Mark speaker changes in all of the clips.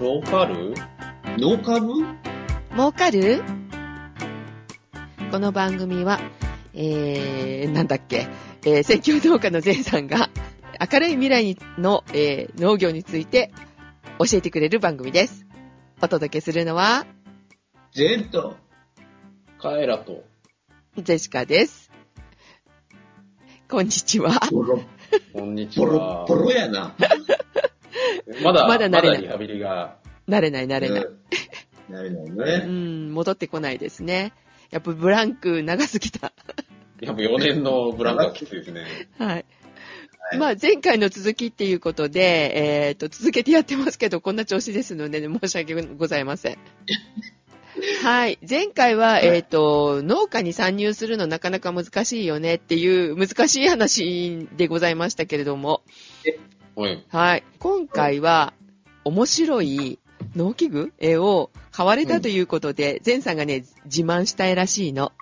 Speaker 1: ローカル
Speaker 2: ノーカル
Speaker 3: 儲かるこの番組は、えー、なんだっけ、えー、選挙農家のゼンさんが、明るい未来の、えー農業について教えてくれる番組です。お届けするのは、
Speaker 2: ゼント。
Speaker 1: カエラと。
Speaker 3: ジェシカです。こんにちは。
Speaker 2: ボロ、
Speaker 1: こんにち
Speaker 2: ボロ
Speaker 1: は、。
Speaker 2: ボロやな。
Speaker 1: まだ、
Speaker 3: まだ慣れない
Speaker 1: リハビリが。
Speaker 3: 慣れない慣れない。
Speaker 2: うん。なれな
Speaker 3: う
Speaker 2: いね。
Speaker 3: ん、戻ってこないですね。やっぱブランク長すぎた。
Speaker 1: やっぱ4年のブランクはきついです ね。
Speaker 3: はい。
Speaker 2: はい
Speaker 3: まあ、前回の続きっていうことで、えっ、と、続けてやってますけど、こんな調子ですので、 申し訳ございませ ん。はい。前回は、えっ、と、農家に参入するのなかなか難しいよねっていう、難しい話でございましたけれども、
Speaker 1: はい。
Speaker 3: はい。今回は、面白い農機具絵を買われたということで、前さんがね、自慢したいらしいの。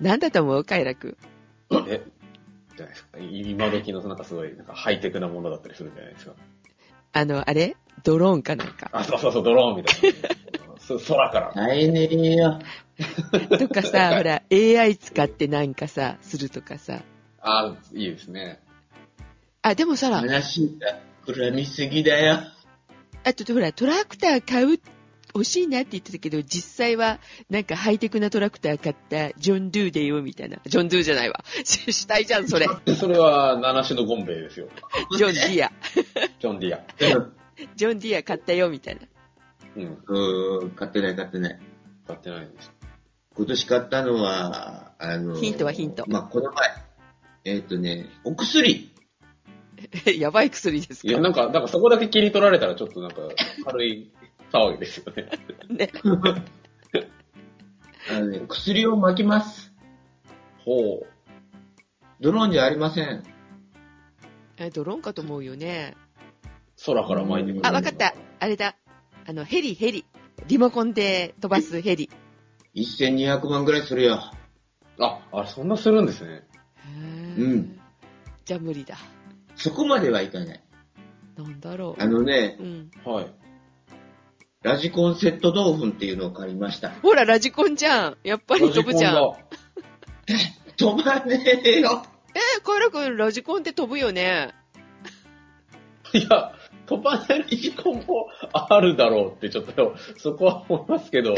Speaker 3: なんだと思う快楽。
Speaker 1: え、じゃないですか。今時の、なんかすごい、なんかハイテクなものだったりするじゃないですか。
Speaker 3: あの、あれドローンかなんか。
Speaker 1: あ、そうそうそう、ドローンみたいな。そ空から。
Speaker 2: ないねえよ。
Speaker 3: とかさ、ほら、AI 使ってなんかさ、するとかさ。
Speaker 1: あ、いいですね。
Speaker 3: あ、でもさ、
Speaker 2: 話が膨らみすぎだよ。
Speaker 3: あとほら、トラクター買う、欲しいなって言ってたけど、実際は、なんかハイテクなトラクター買った、ジョン・ドゥでよ、みたいな。ジョン・ドゥじゃないわ。 死体じゃん、 それ。
Speaker 1: それは、七種のゴンベイですよ。
Speaker 3: ジョン・ディア。
Speaker 1: ジョン・ディア。
Speaker 3: ジョン・ディア買ったよ、みたいな。
Speaker 1: うん。
Speaker 2: うん、買ってない買ってない。
Speaker 1: 買ってないんです。
Speaker 2: 今年買ったのは、あの、
Speaker 3: ヒントはヒント
Speaker 2: まあ、この前。えっ、とね、お薬。
Speaker 3: やばい薬です
Speaker 1: いや、
Speaker 3: か
Speaker 1: なんか、なんかそこだけ切り取られたら、ちょっとなんか、軽い騒ぎですよね。
Speaker 3: ね。
Speaker 2: あのね、薬を巻きます。
Speaker 1: ほう。
Speaker 2: ドローンじゃありません。
Speaker 3: えドローンかと思うよね。
Speaker 1: 空から巻いてくる。
Speaker 3: あ、わかった。あれだ。あの、ヘリ、ヘリ。リモコンで飛ばすヘリ。
Speaker 2: 1200万ぐらいするよ。
Speaker 1: あ、あれ、そんなするんですね。
Speaker 2: うん。
Speaker 3: じゃあ無理だ。
Speaker 2: そこまではいかない。
Speaker 3: なんだろ
Speaker 2: あのね
Speaker 3: う。、うん。
Speaker 1: はい。
Speaker 2: ラジコンセット豆腐っていうのを借りました。
Speaker 3: ほら、ラジコンじゃん。やっぱり飛ぶじゃん。
Speaker 1: ラジコンだ
Speaker 2: 飛ばねえよ。
Speaker 3: えー、カエラくん、ラジコンって飛ぶよね。
Speaker 1: いや、飛ばないラジコンもあるだろうって、ちょっと、 そこは思いますけど、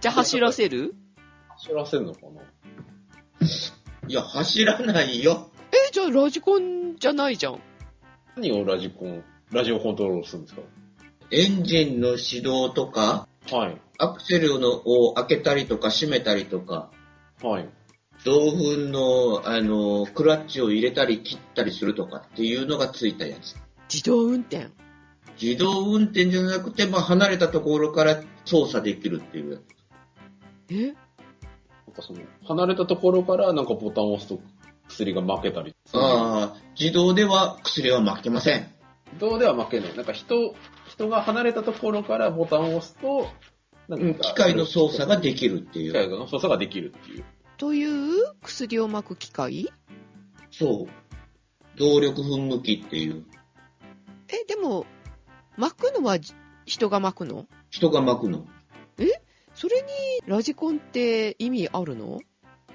Speaker 3: じゃあ走らせる
Speaker 1: 走らせんのかない
Speaker 2: や、走らないよ。
Speaker 3: えー、じゃあラジコンじゃないじゃん。
Speaker 1: 何をラジコン、ラジオコントロールするんです
Speaker 2: エンジンの始動とか、
Speaker 1: かはい。
Speaker 2: アクセルのを開けたりとか閉めたりとか、
Speaker 1: はい。
Speaker 2: 同粉の、あの、クラッチを入れたり切ったりするとかっていうのがついたやつ。
Speaker 3: 自動運転。
Speaker 2: 自動運転じゃなくて、まあ、離れたところから操作できるっていうやつ。
Speaker 3: え
Speaker 1: なんかその、離れたところからなんかボタンを押すと薬が負けたり。
Speaker 2: ああ、自動では薬は負けません。
Speaker 1: 自動では負けない。なんか人、人が離れたところからボタンを押すと、な
Speaker 2: うんん
Speaker 1: か
Speaker 2: 機械の操作ができるってい
Speaker 1: 機
Speaker 2: う。
Speaker 1: 械の操作ができるっていう。
Speaker 3: という薬を巻く機械
Speaker 2: そう。動力噴霧器っていう。
Speaker 3: え、でも、巻くのはじ人が巻くの
Speaker 2: 人が巻くの。
Speaker 3: それにラジコンって意味あるの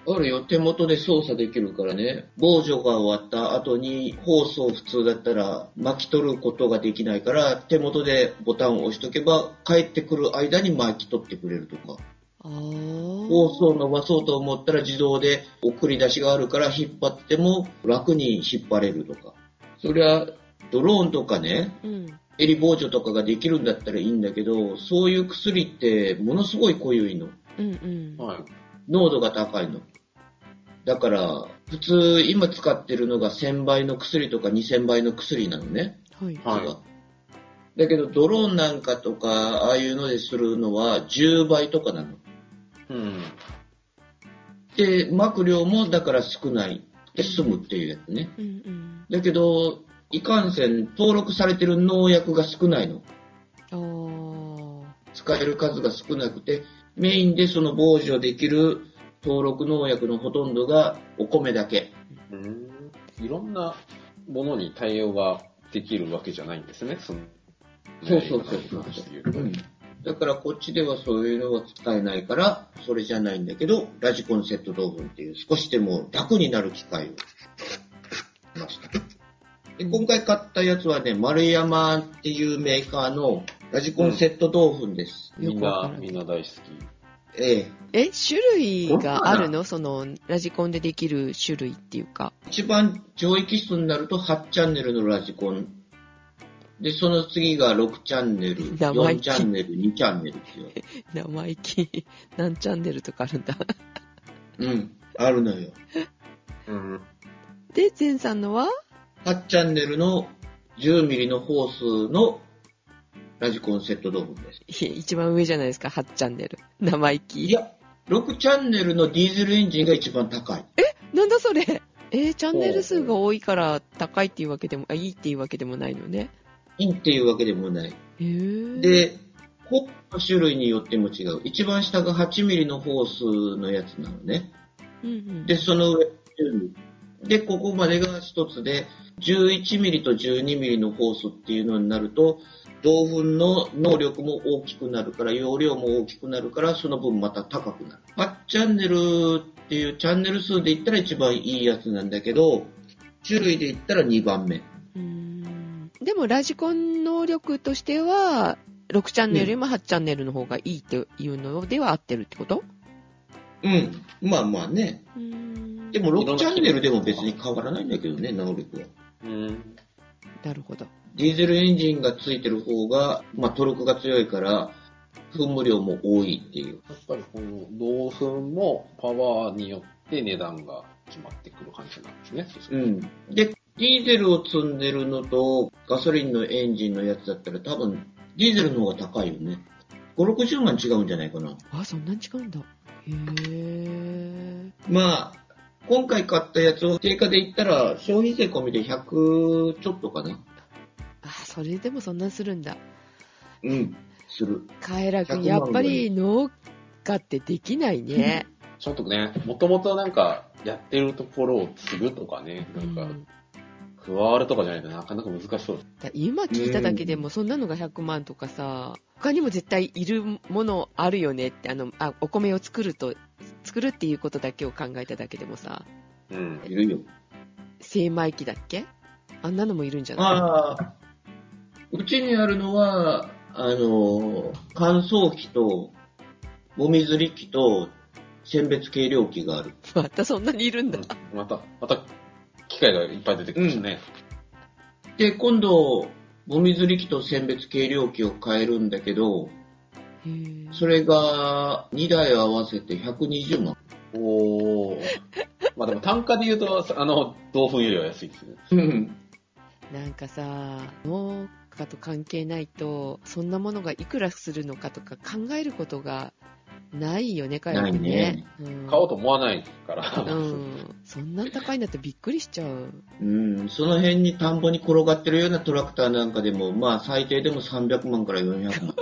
Speaker 2: あるよ、手元で操作できるからね。防除が終わった後に、放送普通だったら巻き取ることができないから、手元でボタンを押しとけば、帰ってくる間に巻き取ってくれるとか。
Speaker 3: あ
Speaker 2: 放
Speaker 3: ー。
Speaker 2: 送を伸ばそうと思ったら自動で送り出しがあるから引っ張っても楽に引っ張れるとか。そりゃ、ドローンとかね、
Speaker 3: うん。
Speaker 2: 襟防除とかができるんだったらいいんだけど、そういう薬ってものすごい濃ゆいの。
Speaker 3: うんうん。
Speaker 1: はい。
Speaker 2: 濃度が高いの。だから、普通今使ってるのが1000倍の薬とか2000倍の薬なのね。
Speaker 3: はい。
Speaker 1: は
Speaker 2: だけどドローンなんかとか、ああいうのでするのは10倍とかなの。
Speaker 1: い。うん。
Speaker 2: で、巻く量もだから少ないで済むっていうやつね。
Speaker 3: うんうん。
Speaker 2: だけど、いかんせん登録されてる農薬が少ないの。
Speaker 3: あー。
Speaker 2: 使える数が少なくて、メインでその防除できる登録農薬のほとんどがお米だけ。
Speaker 1: うんいろんなものに対応ができるわけじゃないんですね。その
Speaker 2: そうそうそ
Speaker 1: や
Speaker 2: う
Speaker 1: り方に関して言う
Speaker 2: う
Speaker 1: と
Speaker 2: んだからこっちではそういうのは使えないから、それじゃないんだけど、ラジコンセット同文っていう少しでも楽になる機械を買いました。で今回買ったやつはね、丸山っていうメーカーのラジコンセット同文です。
Speaker 3: よ
Speaker 1: みん
Speaker 3: くわ
Speaker 1: な
Speaker 3: から、ない
Speaker 1: みんな大好き。
Speaker 2: ええ。
Speaker 3: え、種類があるのその、ラジコンでできる種類っていうか。
Speaker 2: 一番上位機種になると8チャンネルのラジコン。で、その次が6チャンネル、
Speaker 3: やばい
Speaker 2: 4チャンネル、2チャンネルっていう。
Speaker 3: 生意気。 何チャンネルとかあるんだ。
Speaker 2: うん、あるのよ。
Speaker 1: うん。
Speaker 3: で、前さんのは
Speaker 2: 8チャンネルの10ミリのホースのラジコンセットドームです。
Speaker 3: い一番上じゃないですか、8チャンネル。生意
Speaker 2: い
Speaker 3: 気。
Speaker 2: や、6チャンネルのディーゼルエンジンが一番高い。
Speaker 3: なんだそれえーチャンネル数が多いから高いっていうわけでも、あ、いいっていうわけでもないのね。
Speaker 2: インっていうわけでもない。
Speaker 3: へー、
Speaker 2: で、ホップの種類によっても違う。一番下が8ミリのホースのやつなのね。
Speaker 3: うんうん、
Speaker 2: で、その上、10ミリ。で、ここまでが一つで、11ミリと12ミリのホースっていうのになると、同分の能力も大きくなるから、容量も大きくなるから、その分また高くなる。8チャンネルっていうチャンネル数で言ったら一番いいやつなんだけど、種類で言ったら2番目。
Speaker 3: うーんでもラジコン能力としては、6チャンネルよりも8チャンネルの方がいいっていうのでは合ってるってこと
Speaker 2: うん。まあまあね。
Speaker 3: うーん
Speaker 2: でも6チャンネルでも別に変わらないんだけどね、能力は。
Speaker 1: うん。
Speaker 3: なるほど。
Speaker 2: ディーゼルエンジンがついてる方が、まあトルクが強いから、噴霧量も多いっていう。
Speaker 1: やっぱりこの同粉もパワーによって値段が決まってくる感じなんですね。
Speaker 2: うん。で、ディーゼルを積んでるのと、ガソリンのエンジンのやつだったら多分、ディーゼルの方が高いよね。5、60万違うんじゃないかな。
Speaker 3: あ、そんなに違うんだ。へー。
Speaker 2: まあ、今回買ったやつを定価で言ったら、消費税込みで100ちょっとかな。
Speaker 3: あ、それでもそんなするんだ。
Speaker 2: うん。する。
Speaker 3: カエラ君、
Speaker 2: 100
Speaker 3: やっぱり農家ってできないね。
Speaker 1: ちょっとね、もともとなんかやってるところを継ぐとかね、なん
Speaker 3: う
Speaker 1: か
Speaker 3: ん
Speaker 1: 加わるとかじゃないとなかなか難しそうです。
Speaker 3: だ今聞いただけでも、そんなのが100万とかさ、他にも絶対いるものあるよねって、あの、あ、お米を作ると、作るっていうことだけを考えただけでもさ、
Speaker 1: うん。
Speaker 2: いるよ。
Speaker 3: 精米機だっけあんなのもいるんじゃない
Speaker 2: まあ、うちにあるのは、あの、乾燥機と、ゴミ釣り機と、選別計量機がある。
Speaker 3: またそんなにいるんだ。
Speaker 1: また、また、機械がいっぱい出てきましたね。
Speaker 2: で、今度、ゴミ釣り機と選別計量機を変えるんだけど、
Speaker 3: へー
Speaker 2: それが2台合わせて120万。
Speaker 1: おお。まあでも単価で言うと、あの、同粉よりは安いですね。
Speaker 2: うん。
Speaker 3: なんかさ、農家と関係ないと、そんなものがいくらするのかとか考えることがないよね、カエラ君ね。うん
Speaker 1: 買おうと思わないから。
Speaker 3: うん。そんなん高いんだってびっくりしちゃう。
Speaker 2: うん、その辺に田んぼに転がってるようなトラクターなんかでも、まあ最低でも300万から400万。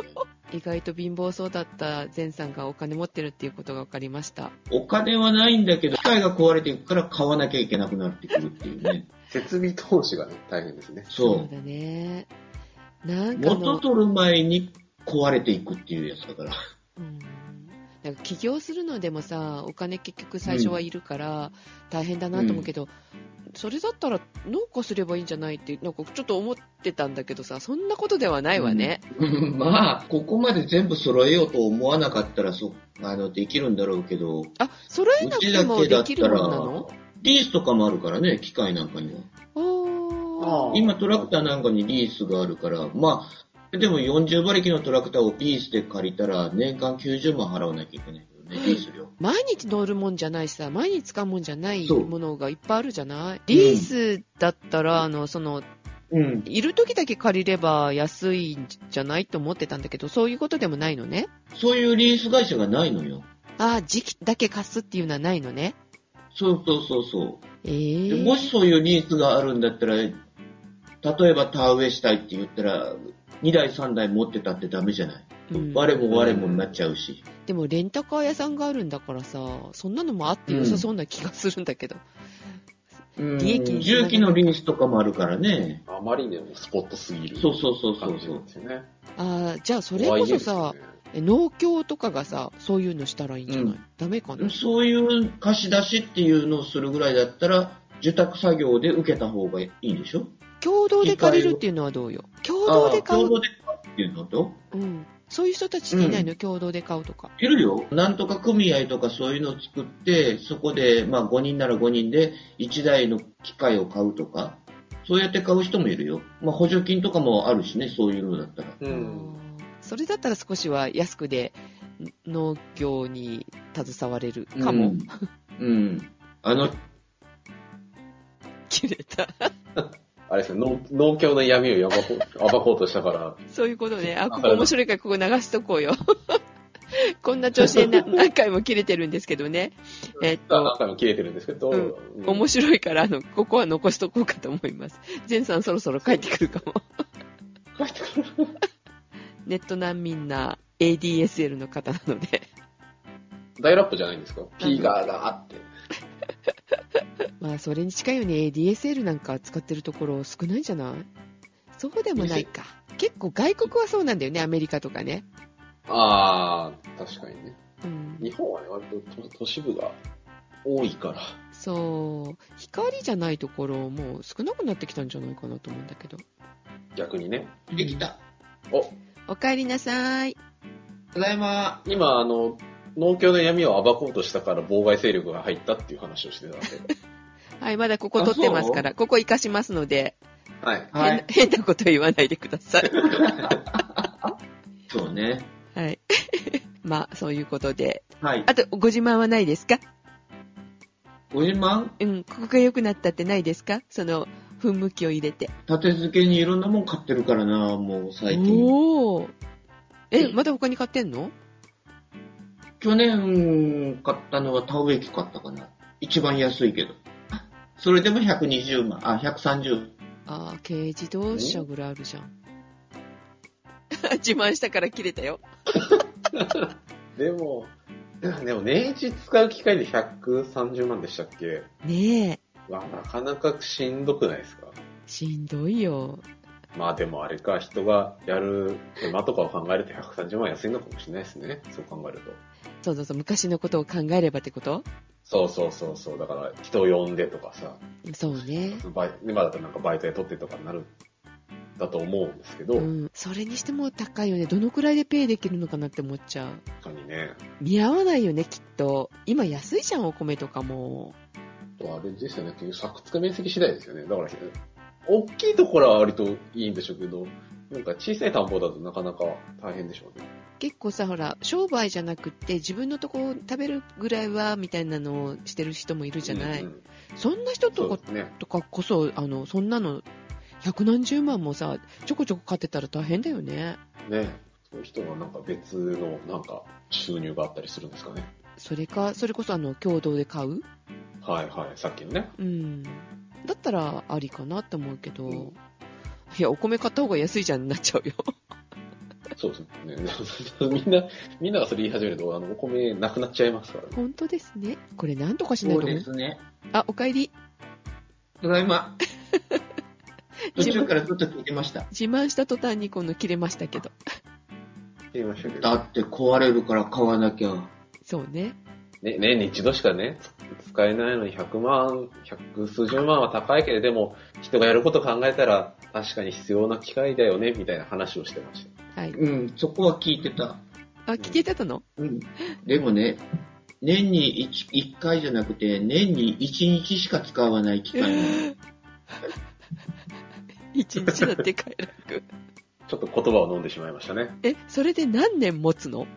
Speaker 3: 意外と貧乏そうだった前さんがお金持ってるっていうことが分かりました。
Speaker 2: お金はないんだけど、機械が壊れていくから買わなきゃいけなくなってくるっていう ね。
Speaker 1: 設備投資がね、大変ですね。
Speaker 2: そう。
Speaker 3: だね。なんか
Speaker 2: 元
Speaker 3: の、
Speaker 2: 取る前に壊れていくっていうやつだから。
Speaker 3: うん、なんか起業するのでもさ、お金結局最初はいるから大変だなと思うけど、それだったら農家すればいいんじゃないって、なんかちょっと思ってたんだけどさ、そんなことではないわね。
Speaker 2: まあ、ここまで全部揃えようと思わなかったらそあのできるんだろうけど、
Speaker 3: あ、揃えなくてもできるもんなの
Speaker 2: リースとかもあるからね、機械なんかには。
Speaker 3: おー。
Speaker 2: 今トラクターなんかにリースがあるから、まあ、でも40馬力のトラクターをリースで借りたら年間90万払わなきゃいけないけどね、 リース料。
Speaker 3: 毎日乗るもんじゃないしさ、毎日使うもんじゃない
Speaker 2: そう
Speaker 3: ものがいっぱいあるじゃないリースだったら、あの、その、
Speaker 2: うん。
Speaker 3: いる時だけ借りれば安いんじゃないと思ってたんだけど、そういうことでもないのね。
Speaker 2: そういうリース会社がないのよ。
Speaker 3: ああ、時期だけ貸すっていうのはないのね。
Speaker 2: そうそうそうそう。
Speaker 3: ええ
Speaker 2: でもしそういうニーズがあるんだったら、例えば田植えしたいって言ったら、2台3台持ってたってダメじゃない。
Speaker 3: うん
Speaker 2: 我も我もになっちゃうし。
Speaker 3: でもレンタカー屋さんがあるんだからさ、そんなのもあって良さそうな気がするんだけど。
Speaker 2: うん
Speaker 3: 利益につながる
Speaker 2: 重機のリンスとかもあるからね。
Speaker 1: あまりにもスポットすぎる
Speaker 2: そうそうそうそ
Speaker 1: 感
Speaker 2: う
Speaker 1: じ
Speaker 2: そ
Speaker 1: なん
Speaker 2: う。
Speaker 1: ですよね。
Speaker 3: ああ、じゃあそれこそさ、え農協とかがさ、そういうのしたらいいんじゃない、
Speaker 2: う
Speaker 3: ダメかな
Speaker 2: そういう貸し出しっていうのをするぐらいだったら、受託作業で受けた方がいいでしょ
Speaker 3: 共同で借りるっていうのはどうよ共同
Speaker 2: あ
Speaker 3: で
Speaker 2: あ
Speaker 3: 買
Speaker 2: 共
Speaker 3: う
Speaker 2: 同で買うっていうのと
Speaker 3: うん。そういう人たちっていないの、共同で買うとか。
Speaker 2: いるよ。なんとか組合とかそういうのを作って、そこで、まあ5人なら5人で1台の機械を買うとか、そうやって買う人もいるよ。まあ補助金とかもあるしね、そういうのだったら。
Speaker 1: う。
Speaker 3: うんそれだったら少しは安くで農業に携われるかも。
Speaker 2: うん。うん。あの、
Speaker 3: 切れた。
Speaker 1: あれですね、農農協の闇を暴こう暴こうとしたから、
Speaker 3: そういうこと ね。あ、ここ面白いからここ流しとこうよ。 こんな調子で な何回も切れてるんですけどね。えっ
Speaker 1: 何
Speaker 3: と、
Speaker 1: 回も切れてるんですけど、
Speaker 3: うん
Speaker 1: うん
Speaker 3: 面白いから、あの、ここは残しとこうかと思います。ジェンさんそろそろ帰ってくる かも。ネット難民な ADSL の方なので、
Speaker 1: ダイヤルアップじゃないんですか ?P ががあって。
Speaker 3: まあ、それに近いように ADSL なんか使ってるところ少ないんじゃないそうでもないか。結構外国はそうなんだよね、アメリカとかね。
Speaker 1: あー、確かにね。
Speaker 3: うん。
Speaker 1: 日本はね、割と都都市部が多いから。
Speaker 3: そう。光じゃないところも少なくなってきたんじゃないかなと思うんだけど。
Speaker 1: 逆にね。
Speaker 2: できた。
Speaker 1: お、
Speaker 3: おかえりなさい。
Speaker 2: ただいま。
Speaker 1: 今、あの、農協の闇を暴こうとしたから妨害勢力が入ったっていう話をしてたんで。
Speaker 3: はい、まだここ撮ってますから、ここ活かしますので、
Speaker 1: はい。
Speaker 2: はい。
Speaker 3: 変 な変なこと言わないでくださ い。
Speaker 2: そうね。
Speaker 3: はい。 まあ、そういうことで。
Speaker 2: はい。
Speaker 3: あと、ご自慢はないですか
Speaker 2: ご自慢
Speaker 3: うん、ここが良くなったってないですかその、噴霧器を入れて。
Speaker 2: 立て付けにいろんなもん買ってるからな、もう最近。
Speaker 3: おお。え、まだ他に買ってんの
Speaker 2: 去年買ったのは田植え機買ったかな。一番安いけど。それでも120万、あ、130。
Speaker 3: ああ、軽自動車ぐらいあるじゃん。 自慢したから切れたよ。
Speaker 1: でも、 でも年一使う機会で130万でしたっけ
Speaker 3: ねえ、
Speaker 1: わ、なかなかしんどくないですか
Speaker 3: しんどいよ。
Speaker 1: まあでもあれか、人がやる手間とかを考えると130万安いのかもしれないですね。そう考えると。
Speaker 3: そうそうそう、昔のことを考えればってこと
Speaker 1: そうそうそうそう。だから人呼んでとかさ、
Speaker 3: そうね。
Speaker 1: バイ今だったらなんかバイトで取ってとかになる、だと思うんですけど、
Speaker 3: うん、それにしても高いよね。どのくらいでペイできるのかなって思っちゃう。
Speaker 1: 他にね。
Speaker 3: 見合わないよね、きっと。今安いじゃん、お米とかも。
Speaker 1: あとあれですよね、作付け面積次第ですよね。だから、大きいところは割といいんでしょうけど、なんか小さい田んぼだとなかなか大変でしょうね。
Speaker 3: 結構さ、ほら、商売じゃなくって自分のとこ食べるぐらいは、みたいなのをしてる人もいるじゃない。
Speaker 1: うんうん
Speaker 3: そんな人と
Speaker 1: そう
Speaker 3: か
Speaker 1: ですね。
Speaker 3: とかこそ、あの、そんなの、百何十万もさ、ちょこちょこ買ってたら大変だよね。
Speaker 1: ね。そういう人がなんか別のなんか収入があったりするんですかね。
Speaker 3: それか、それこそあの、共同で買う
Speaker 1: はいはい、さっきのね。
Speaker 3: うん。だったら、ありかなって思うけど、
Speaker 1: うん
Speaker 3: いや、お米買った方が安いじゃんになっちゃうよ。
Speaker 1: そうですね。 みんな、みんながそれ言い始めると、あの、お米なくなっちゃいますからね。
Speaker 3: 本当ですね。これなんとかしない
Speaker 2: そう
Speaker 3: と
Speaker 2: で
Speaker 3: ね。
Speaker 2: すね。
Speaker 3: あ、お帰り。
Speaker 2: ただい ま。途中からずっと聞いてました。
Speaker 3: 自慢した途端にこの切れましたけど。
Speaker 1: 言いましたけ
Speaker 2: だ
Speaker 1: ど。
Speaker 2: って壊れるから買わなきゃ。
Speaker 3: そうね。
Speaker 1: ね、年に一度しかね、つ使えないのに100万、100数十万は高いけれども、人がやることを考えたら、確かに必要な機会だよね、みたいな話をしてました。
Speaker 3: はい。
Speaker 2: うん、そこは聞いてた。
Speaker 3: あ、聞けてたの
Speaker 2: うん。でもね、年に 1, 回じゃなくて、年に1日しか使わない機械なの。
Speaker 3: 一日だって快楽。
Speaker 1: ちょっと言葉を飲んでしまいましたね。
Speaker 3: え、それで何年持つの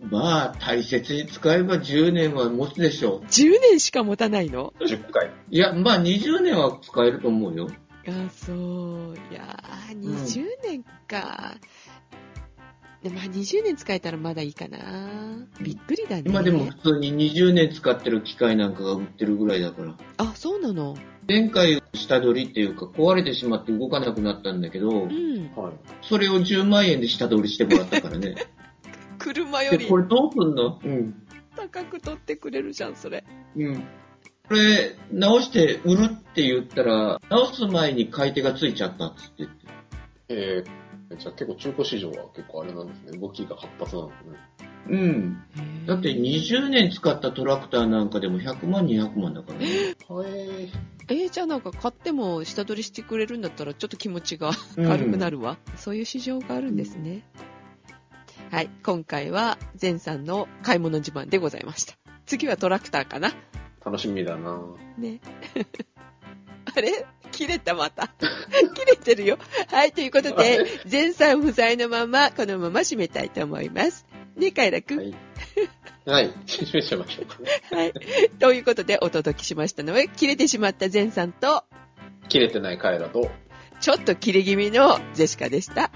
Speaker 2: まあ、大切に使えば10年は持つでしょう。
Speaker 3: ?10 年しか持たないの
Speaker 1: 10回。
Speaker 2: いや、まあ20年は使えると思うよ。
Speaker 3: あ、そう。いやー、20年か。でまあ、20年使えたらまだいいかな。びっくりだね。
Speaker 2: 今でも。普通に20年使ってる機械なんかが売ってるぐらいだから。
Speaker 3: あ、そうなの。
Speaker 2: 前回下取りっていうか壊れてしまって動かなくなったんだけど
Speaker 3: う、ん。
Speaker 1: はい。
Speaker 2: それを10万円で下取りしてもらったからね。
Speaker 3: 車よ
Speaker 2: で、
Speaker 3: り
Speaker 2: これどうすんのうん。
Speaker 3: 高く取ってくれるじゃん、それ。
Speaker 2: うん。これ、直して売るって言ったら、直す前に買い手がついちゃったっつって言って。
Speaker 1: えー、じゃあ結構中古市場は結構あれなんですね。動きが活発なんですね。
Speaker 2: うん。だって20年使ったトラクターなんかでも100万、200万だからね。
Speaker 1: はえ
Speaker 3: えー、じゃあなんか買っても下取りしてくれるんだったらちょっと気持ちが軽くな
Speaker 2: る。
Speaker 3: るわ、そういう市場があるんですね、はい今回は善さんの買い物自慢でございました次はトラクターかな
Speaker 1: ー、楽しみだな
Speaker 3: ね あれ切れたまた 切れてるよはいということで善さん不在のままこのまま締めたいと思いますね快楽
Speaker 1: はいはい。 締めちゃいましょうかね。
Speaker 3: はい。ということでお届けしましたのは、切れてしまったゼンさんと、
Speaker 1: 切れてない回だと、
Speaker 3: ちょっと 切れ気味のジェシカでした。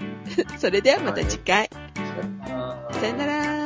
Speaker 3: それではまた次回。
Speaker 1: さよなら
Speaker 3: さよなら。